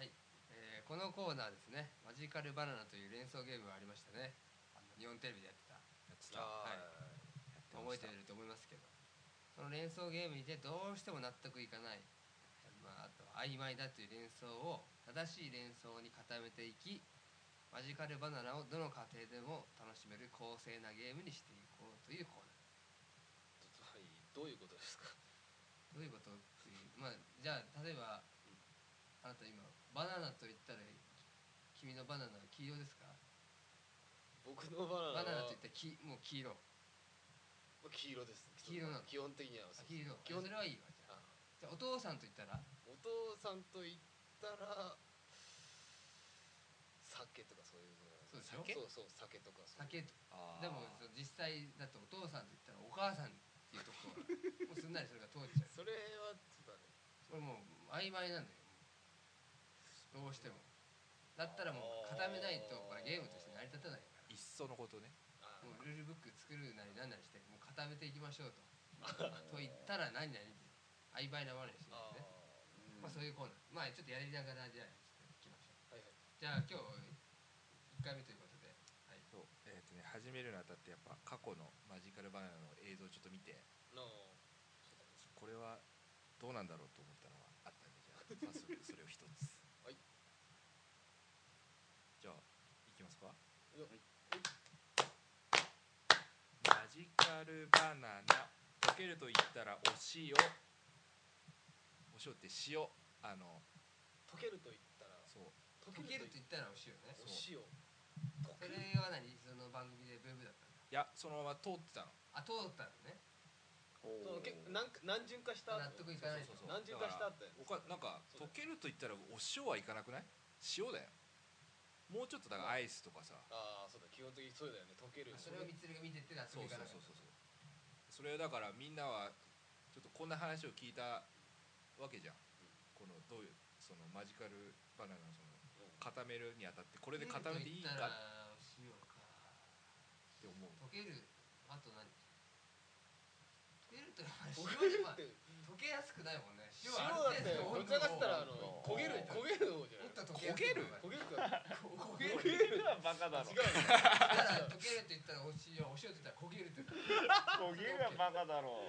Speaker 3: ーこのコーナーですねマジカルバナナという連想ゲームがありましたねあの日本テレビでやってた
Speaker 4: やってた
Speaker 6: あ
Speaker 3: は
Speaker 6: ー
Speaker 3: い覚えてると思いますけどその連想ゲームにてどうしても納得いかない、まあ、あと曖昧だという連想を正しい連想に固めていきマジカルバナナをどの家庭でも楽しめる公正なゲームにしていこうというコーナー
Speaker 6: はいどういうことですか
Speaker 3: どういうことっていうまあじゃあ例えばあなた今バナナと言ったら君のバナナは黄色ですか
Speaker 6: 僕のバ
Speaker 3: バ
Speaker 6: ナ
Speaker 3: ナナ
Speaker 6: ナは
Speaker 3: と言ったらきもう黄色
Speaker 6: 黄色です
Speaker 3: 黄色なの
Speaker 6: 基本的には
Speaker 3: あ黄色
Speaker 6: 基本
Speaker 3: それはいいわじゃ
Speaker 6: あ
Speaker 3: あじゃあお父さんと言ったら
Speaker 6: お父さんと言ったら酒とかそういうの
Speaker 3: そうでしょ
Speaker 6: そうそう酒とかそういう
Speaker 3: 酒と
Speaker 4: あー
Speaker 3: でもその実際だとお父さんと言ったらお母さんっていうところもうすんなりそれが通っちゃう
Speaker 6: それはそうだね
Speaker 3: これもう曖昧なんだよどうしてもだったらもう固めないとこれゲームとして成り立たないか
Speaker 4: いっそのことね
Speaker 6: あ
Speaker 3: らもうルールブック作るなりなんなりしてもう固めていきましょうとと言ったら何々って曖昧なまねしてる
Speaker 6: あ
Speaker 3: んですね
Speaker 2: ま
Speaker 3: まあそういうコーナーまあちょっとやりながらじゃあちょっといきましょう
Speaker 6: はいはい
Speaker 3: じゃあ今日1回目ということで
Speaker 4: そうえっ、とね始めるにあたってやっぱ過去のマジカルバナナの映像をちょっと見て
Speaker 6: の
Speaker 4: これはどうなんだろうと思ったのがあったんでじゃあ早速それを一つ
Speaker 6: はい
Speaker 4: じゃあいきますか
Speaker 6: よ
Speaker 4: マジカルバナナ溶けると言ったらお塩お塩って塩あの
Speaker 6: 溶けると言ったら
Speaker 4: そう
Speaker 6: 溶
Speaker 3: 溶けると
Speaker 6: 言
Speaker 3: 言ったらお塩ね
Speaker 6: お塩溶
Speaker 3: そ
Speaker 6: け
Speaker 3: れ
Speaker 6: る
Speaker 3: は何その番組でブームだったの
Speaker 4: いやそのまま通ってたの
Speaker 3: あ通ったのね
Speaker 6: そう結構何何巡化した
Speaker 3: 納得いかないと
Speaker 4: そうそうそう
Speaker 6: 何巡化したって
Speaker 4: おかなんか
Speaker 6: そうだ
Speaker 4: 溶
Speaker 6: よ
Speaker 4: けると言ったらお塩はいかなくない塩だよもうちょっとだからアイスとかさ
Speaker 6: ああそうだ基本的にそうだよね溶けるよね
Speaker 3: それをみつるが見てって納
Speaker 4: そう
Speaker 3: 得
Speaker 4: そ
Speaker 3: いう
Speaker 4: そ
Speaker 3: か
Speaker 4: う
Speaker 3: なか
Speaker 4: そうそうそれをだからみんなはちょっとこんな話を聞いたわけじゃんこのどういうそのマジカルバナナその固めるにあたってこれで固めていいか
Speaker 3: と言った
Speaker 4: っ
Speaker 3: らしようか
Speaker 4: て思
Speaker 3: 溶
Speaker 4: う
Speaker 3: けるあと何
Speaker 6: 焦
Speaker 3: 溶けると塩
Speaker 6: げ
Speaker 3: で
Speaker 6: る
Speaker 3: まあ
Speaker 6: って
Speaker 3: 溶けやすくないもんね
Speaker 6: 塩
Speaker 3: 塩
Speaker 6: だ
Speaker 3: はある
Speaker 6: ってど
Speaker 3: 程度
Speaker 6: ちらかって言ったらあの焦
Speaker 3: 温
Speaker 6: げる焦げる
Speaker 3: 度を
Speaker 6: 方じゃ
Speaker 3: もっと
Speaker 6: ない
Speaker 3: 溶けやすくな
Speaker 6: 焦げ
Speaker 3: る
Speaker 6: るから
Speaker 3: [LAUGHS] 焦
Speaker 6: 焦
Speaker 3: げ
Speaker 6: げ
Speaker 3: る
Speaker 6: る
Speaker 2: はバカだろ
Speaker 6: 違う
Speaker 3: だから溶けると言ったらお塩お塩って言ったら焦げるって言う
Speaker 2: 焦げはバカだろ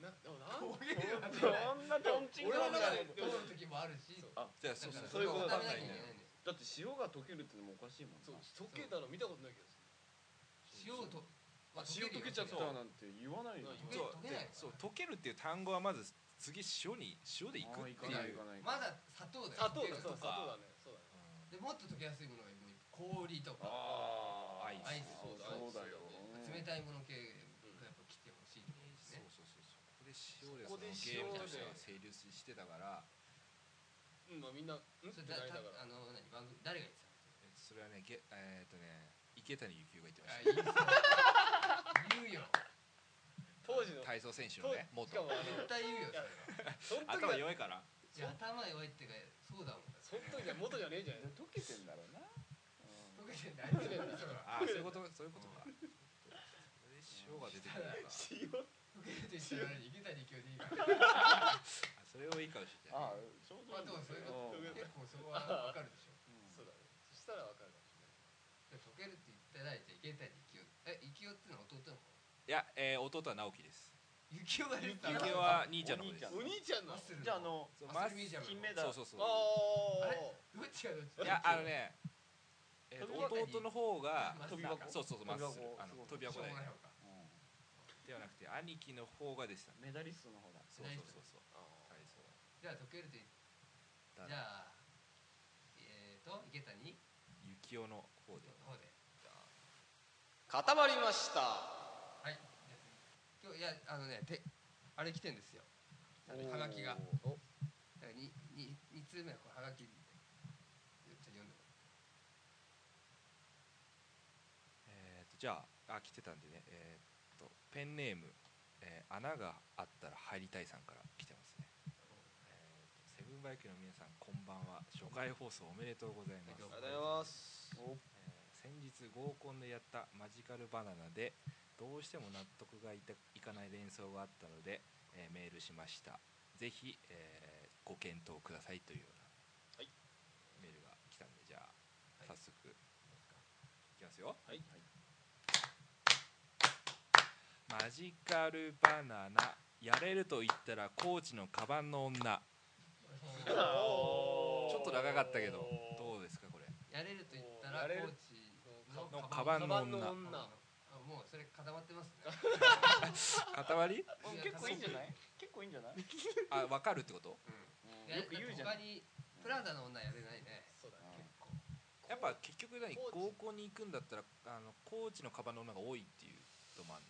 Speaker 6: なでもな
Speaker 3: 焦げるは
Speaker 2: そんなトンチン
Speaker 3: 俺
Speaker 2: カン
Speaker 3: の中
Speaker 2: な
Speaker 3: で
Speaker 2: こと
Speaker 3: 通る時もあるし
Speaker 6: そう
Speaker 4: じゃあそう
Speaker 3: だから
Speaker 4: そ
Speaker 2: そううい
Speaker 4: れ
Speaker 2: う
Speaker 4: が
Speaker 2: こと
Speaker 4: 分
Speaker 3: そ
Speaker 4: か
Speaker 3: れを食べなきゃいけないん
Speaker 4: んないんだよ
Speaker 3: だよ
Speaker 2: だって塩が溶けるってのもおかしいもん
Speaker 6: そう溶けたの見たことないけど
Speaker 3: 塩をと、まあ、
Speaker 2: 塩溶けちゃった
Speaker 3: 溶
Speaker 2: なんて言わないよ
Speaker 6: ない
Speaker 3: けるよ溶けない
Speaker 4: そう溶けるっていう単語はまず次塩に塩でいくってい
Speaker 2: あーい
Speaker 4: う
Speaker 2: かないいかない
Speaker 3: まだ砂糖だよ
Speaker 6: 砂糖だ
Speaker 3: 溶ける
Speaker 6: そう砂
Speaker 3: とか
Speaker 6: 糖だねそうだね
Speaker 3: でもっと溶けやすいものがいる氷とか
Speaker 2: あー
Speaker 4: アイス
Speaker 3: アイス
Speaker 2: そう
Speaker 6: アイス
Speaker 2: だよ
Speaker 3: 冷たいもの系がやっぱ来てほしいと思うし
Speaker 4: そう
Speaker 3: ね
Speaker 4: そうそうそうここで塩で
Speaker 6: ここで
Speaker 4: そのゲームとしては
Speaker 6: 塩で
Speaker 4: 成立してたから
Speaker 6: うんまあみんなうんって
Speaker 3: それ
Speaker 6: な
Speaker 3: だ
Speaker 6: りな
Speaker 3: た
Speaker 6: がら
Speaker 3: あの何番組誰が言ってたの
Speaker 4: えっとそれはねげえーっとね池谷幸雄が言ってま
Speaker 3: あ
Speaker 4: し
Speaker 3: いいっすね言うよ
Speaker 6: 当時の
Speaker 4: た体操選手のね
Speaker 6: 当時
Speaker 4: 元
Speaker 6: しかもあの
Speaker 3: 絶対言うよそれは
Speaker 6: その時
Speaker 4: 頭
Speaker 6: はい
Speaker 4: 弱いから
Speaker 3: いや頭弱いってかそうだもんだって
Speaker 6: その時は元じゃねえじゃん
Speaker 2: 溶けてんだろうな
Speaker 3: 溶けてないんだよ
Speaker 4: あーそういうことそういうことかそれで塩が出てくるのか
Speaker 6: 塩
Speaker 3: 溶けると言ったら池谷教でいいから
Speaker 4: あそれをいいかもしれない
Speaker 2: ああちょうどいいんだよ
Speaker 3: まあでもそういうこ
Speaker 2: うん
Speaker 3: 結構そこは分かるでしょ
Speaker 6: そうだねそしたらわかるかもしれない
Speaker 3: で溶けるって言ってないじゃん池谷幸雄え幸雄ってのは弟の方
Speaker 4: いや、えー弟は直樹です
Speaker 3: 幸雄が出てた
Speaker 4: 幸
Speaker 3: の
Speaker 4: 雄は兄ちゃんの方で
Speaker 2: お
Speaker 4: す
Speaker 2: 兄
Speaker 6: お兄ちゃんの
Speaker 3: マ
Speaker 6: あ
Speaker 3: ッスル
Speaker 2: じゃああの
Speaker 4: そう
Speaker 3: マッスルミュージアム
Speaker 2: 金メダ
Speaker 4: そ
Speaker 2: ル
Speaker 4: うそうそう
Speaker 3: あ
Speaker 6: あ
Speaker 3: どっちがどっちだ
Speaker 4: いやあのね、えーと
Speaker 2: 飛び箱
Speaker 4: 弟の方が
Speaker 3: 飛び
Speaker 2: 箱
Speaker 4: そうそうそうまっすぐ
Speaker 2: 飛び箱
Speaker 4: あの飛び
Speaker 3: しょ
Speaker 4: 箱
Speaker 3: う
Speaker 4: で
Speaker 3: もない方か
Speaker 4: ではなくて兄貴の方がでしたね
Speaker 2: メダリストの方だ
Speaker 4: そうそうそうそう体操
Speaker 3: じゃあ溶けると言っ
Speaker 4: だ
Speaker 3: じゃあえーと池谷
Speaker 4: 幸雄の方で
Speaker 3: の方で
Speaker 6: 固まりました
Speaker 3: はい今日いやあのねてあれ来てんですよあのはがきがだからにに二通目はこうはがきちょっと読んで
Speaker 4: えー、とじゃああ来てたんでね、えー、とペンネーム、えー穴があったら入りたい」さんから来てますね、えーとセブンバイクの皆さんこんばんは初回放送おめでとうございます
Speaker 3: ありがとうございます
Speaker 6: ありがとうございます
Speaker 4: えー先日合コンでやったマジカルバナナでどうしても納得がいたいかない連想があったので、えーメールしましたぜひ、えーご検討くださいというような
Speaker 6: はい
Speaker 4: メールが来たんでじゃあ
Speaker 3: はい
Speaker 4: 早速、い、きますよ
Speaker 6: はい
Speaker 4: マジカルバナナやれると言ったらコーチのカバンの女
Speaker 3: る
Speaker 6: [LAUGHS] おー
Speaker 4: ちょっと長かったけどどうですかこれ
Speaker 3: やれると言った
Speaker 6: や
Speaker 3: ら
Speaker 6: れる
Speaker 3: コーチのカ
Speaker 4: のカ
Speaker 3: バ
Speaker 4: バ
Speaker 3: ン
Speaker 6: カ
Speaker 4: ンの
Speaker 6: バンの
Speaker 4: 女
Speaker 6: 女
Speaker 3: あもうそれ固まってますね
Speaker 4: 塊
Speaker 2: うん結構いいんじゃない結構いいんじゃない
Speaker 4: あ分かるってこと
Speaker 3: いや
Speaker 2: よく言うじゃん
Speaker 3: 他にプラダの女やれないね
Speaker 6: そうだね
Speaker 2: うん
Speaker 3: 結構
Speaker 4: やっぱ結局何
Speaker 6: コーチ
Speaker 4: 合コンに行くんだったらあのコーチのカバンの女が多いっていうのもある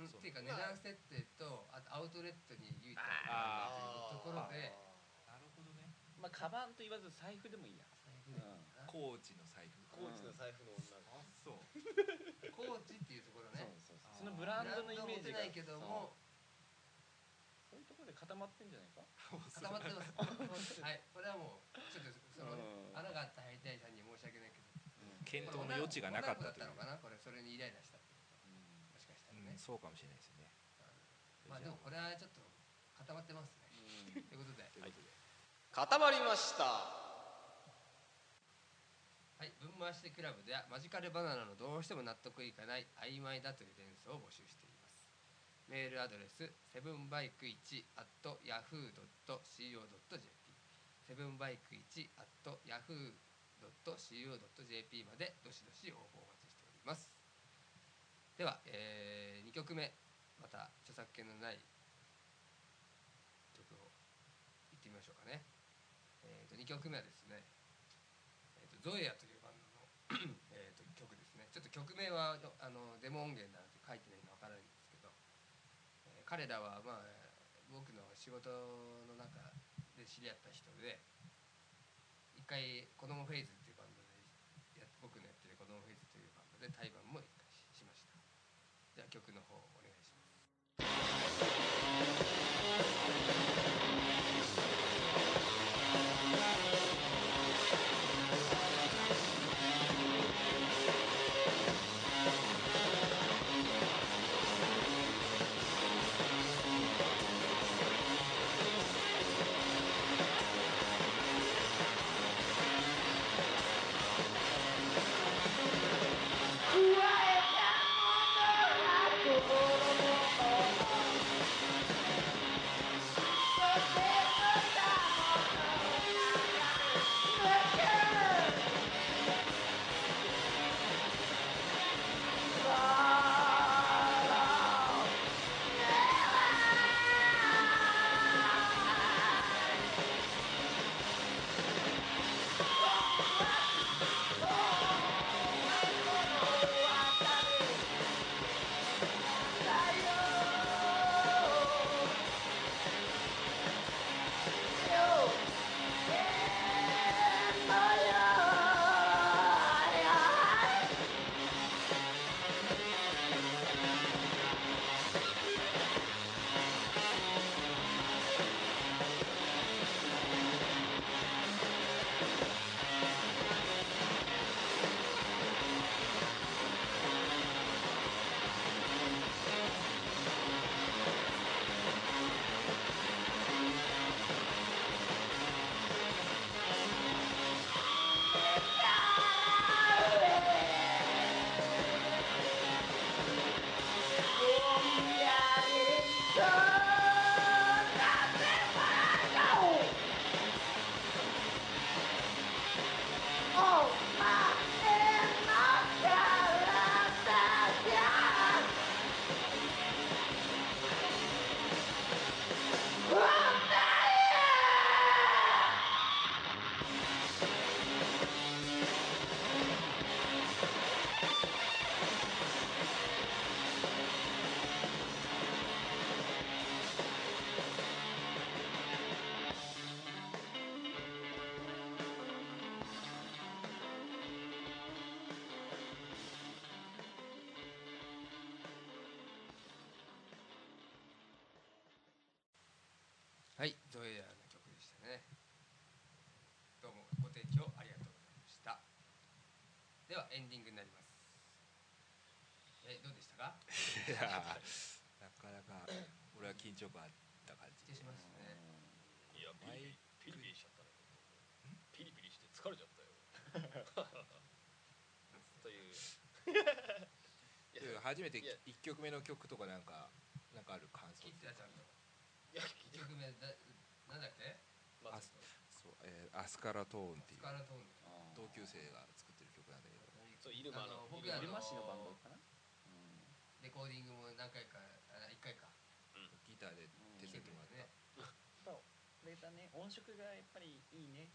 Speaker 3: うんっ
Speaker 4: そう
Speaker 3: ていうか値
Speaker 6: まあ
Speaker 3: 段設定とあとアウトレットに唯一
Speaker 4: あ
Speaker 3: ところで
Speaker 4: なるほどね
Speaker 2: まあカバンと言わず財布でもいいや
Speaker 3: 財布でいいかな
Speaker 4: コーチの財布
Speaker 6: コーチの財布の女
Speaker 4: あそう
Speaker 3: コーチっていうところ
Speaker 2: そう
Speaker 3: ね
Speaker 2: そう
Speaker 4: あー
Speaker 2: そうそのブランドのイメージ
Speaker 3: ブ
Speaker 2: が
Speaker 3: ランド持てないけども
Speaker 2: そうそういうところで固まってんじゃないか
Speaker 3: 固まって
Speaker 2: [LAUGHS]
Speaker 3: ますはいこれはもうちょっとその
Speaker 2: うん
Speaker 3: 穴があった入りたいさんに申し訳ないけど
Speaker 4: 検討の余地がなかったという
Speaker 3: 女の子だったのかなこれそれにイライラしたってこともしかしたら
Speaker 4: うん
Speaker 3: ね
Speaker 4: そうかもしれないですね
Speaker 3: まあでもこれはちょっと固まってますねということで
Speaker 4: ということで
Speaker 6: 固まりました
Speaker 3: はい、ぶん回してクラブではマジカルバナナのどうしても納得いかない曖昧だという連想を募集していますメールアドレスセブンバイク1 at yahoo.co.jp セブンバイク1 at yahoo.co.jp までどしどし応募をお待ちしておりますでは、え2曲目また著作権のない曲をいってみましょうかね、えー、と2曲目はですねえー、とゾエアというバンドの [CLEARS THROAT] えーと曲ですねちょっと曲名はよあのデモ音源なんて書いてないのわからないんですけど、えー彼らは、まあ、僕の仕事の中で知り合った人で一回「子供フェイズ」っていうバンドでや僕のやってる「子供フェイズ」というバンドで対バンも一回ししましたじゃあ曲の方お願いします
Speaker 6: 「
Speaker 3: はい、ドエアの曲でしたね。どうもご提供ありがとうございました。ではエンディングになります。え、どうでしたか？
Speaker 4: いやーなかなか俺は緊張感あった感
Speaker 3: 失礼し
Speaker 4: じ
Speaker 3: ますね。
Speaker 6: いや
Speaker 4: マイ
Speaker 6: ピリピリピリピリしちゃったねピリピリして疲れちゃったよといういや
Speaker 4: で初め
Speaker 6: い
Speaker 4: て
Speaker 6: や
Speaker 4: 1曲目の曲とかなんかなんかある感想
Speaker 3: 切ってやっちゃんと。
Speaker 6: いや
Speaker 3: 一曲目だなんだっけ？
Speaker 6: まあ
Speaker 4: あそう、えーアスカラトーンって
Speaker 3: ス
Speaker 4: い
Speaker 3: カ
Speaker 4: う
Speaker 3: ラトーン。
Speaker 4: 同級生が作ってる曲なんだけど
Speaker 6: そう入間の
Speaker 3: あの僕
Speaker 6: 入
Speaker 3: ら
Speaker 6: 間
Speaker 2: 入間
Speaker 3: の
Speaker 2: 市のバンドかな、
Speaker 3: レコーディングも何回かあ一回か
Speaker 4: ギターで手
Speaker 3: 来てくれ
Speaker 4: 伝ってもら
Speaker 2: こ
Speaker 3: たね。
Speaker 4: っ
Speaker 2: れだね音色がやっぱりいいね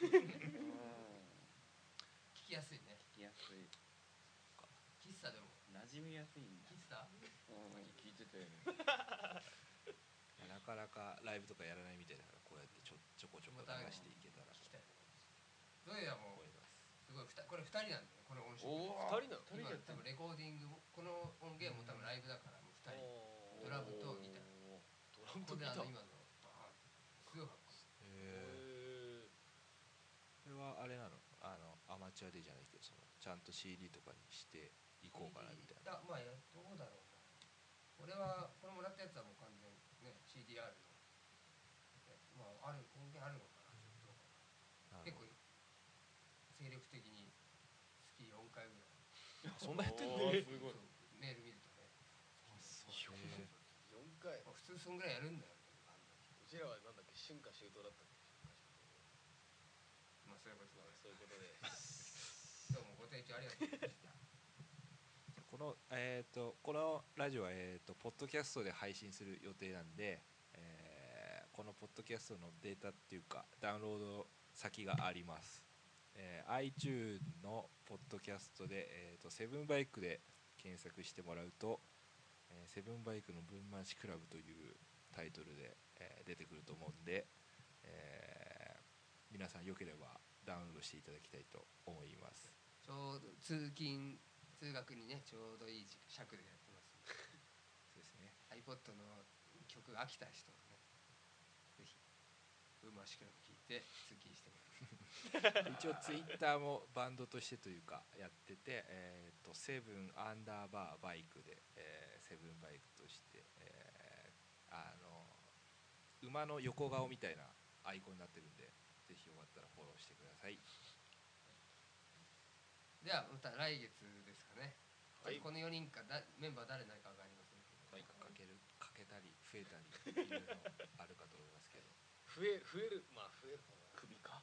Speaker 2: うん
Speaker 3: 聞きやすいね。
Speaker 2: 聞きやすい
Speaker 3: 喫茶でも
Speaker 2: 馴染みやすいんだ
Speaker 3: 喫茶？
Speaker 2: うん聞いてたよね
Speaker 4: た、なかなかライブとかやらないみたいだからこうやってちょちょこちょこ流していけたら
Speaker 3: 聞きたい。ドエアも
Speaker 4: 思います
Speaker 3: すごいふたこれ二人なんだよこの音色。
Speaker 6: 二人なの
Speaker 2: 二人
Speaker 3: 今
Speaker 2: でやってんの
Speaker 3: 多分レコーディングもこの音源も多分ライブだからもう二人。ドラムとギター
Speaker 6: ドラム
Speaker 3: こ
Speaker 6: ギ
Speaker 3: とこで
Speaker 6: ター
Speaker 3: あの今のバーンすごいかっこい
Speaker 6: へ
Speaker 3: い
Speaker 4: えー
Speaker 6: ー
Speaker 4: これはあれなのあのアマチュアでじゃないけどそのちゃんと CD とかにしていこうかなみたい
Speaker 3: あ
Speaker 4: な
Speaker 3: まあやどうだろうな俺はこれもらったやつはもう完全にね CDR のえまあある音源あるのかなちょっと
Speaker 4: なる
Speaker 3: 結
Speaker 4: ほ
Speaker 3: 構精力的に月4回ぐらい
Speaker 4: どそんなやってんの
Speaker 2: おーすごい
Speaker 3: そうメール見るとね [LAUGHS]
Speaker 4: へ
Speaker 6: 四回
Speaker 3: まあ普通そんぐらいやるんだよねバンド
Speaker 6: うちらはなんだっけ春夏秋冬だったっけ
Speaker 3: まあそういうこと
Speaker 6: ま
Speaker 3: だ
Speaker 6: あ
Speaker 3: ね
Speaker 6: そういうことで
Speaker 3: どうもご提供ありがとうございました
Speaker 4: ーこのえっ、とこのラジオはえっ、とポッドキャストで配信する予定なんで、えーこのポッドキャストのデータっていうかダウンロード先があります、えー iTune のポッドキャストで、えー、とセブンバイクで検索してもらうと「えーセブンバイクの分回しクラブ」というタイトルで、えー出てくると思うんで、えー皆さんよければダウンロードしていただきたいと思います
Speaker 3: [LAUGHS] ちょうど通勤通学にねちょうどいい尺でやってますんで
Speaker 4: そうですね
Speaker 3: iPod の曲が飽きた人はねぜひ「うましくらぶ」聴いて通勤してもら
Speaker 4: 一応ツイッターもバンドとしてというかやってて、えー、とセブンアンダーバーバイクで、えーセブンバイクとして、えーあの馬の横顔みたいなアイコンになってるんでぜひよかったらフォローしてください
Speaker 3: ではまた来月ですかね、
Speaker 6: はい
Speaker 3: この4人かだメンバー誰になるか分かりませんけど、
Speaker 6: はい
Speaker 4: かけるかけたり増えたりいろいろあるかと思いますけど
Speaker 6: 増え増えるまあ増えるかな
Speaker 2: 首か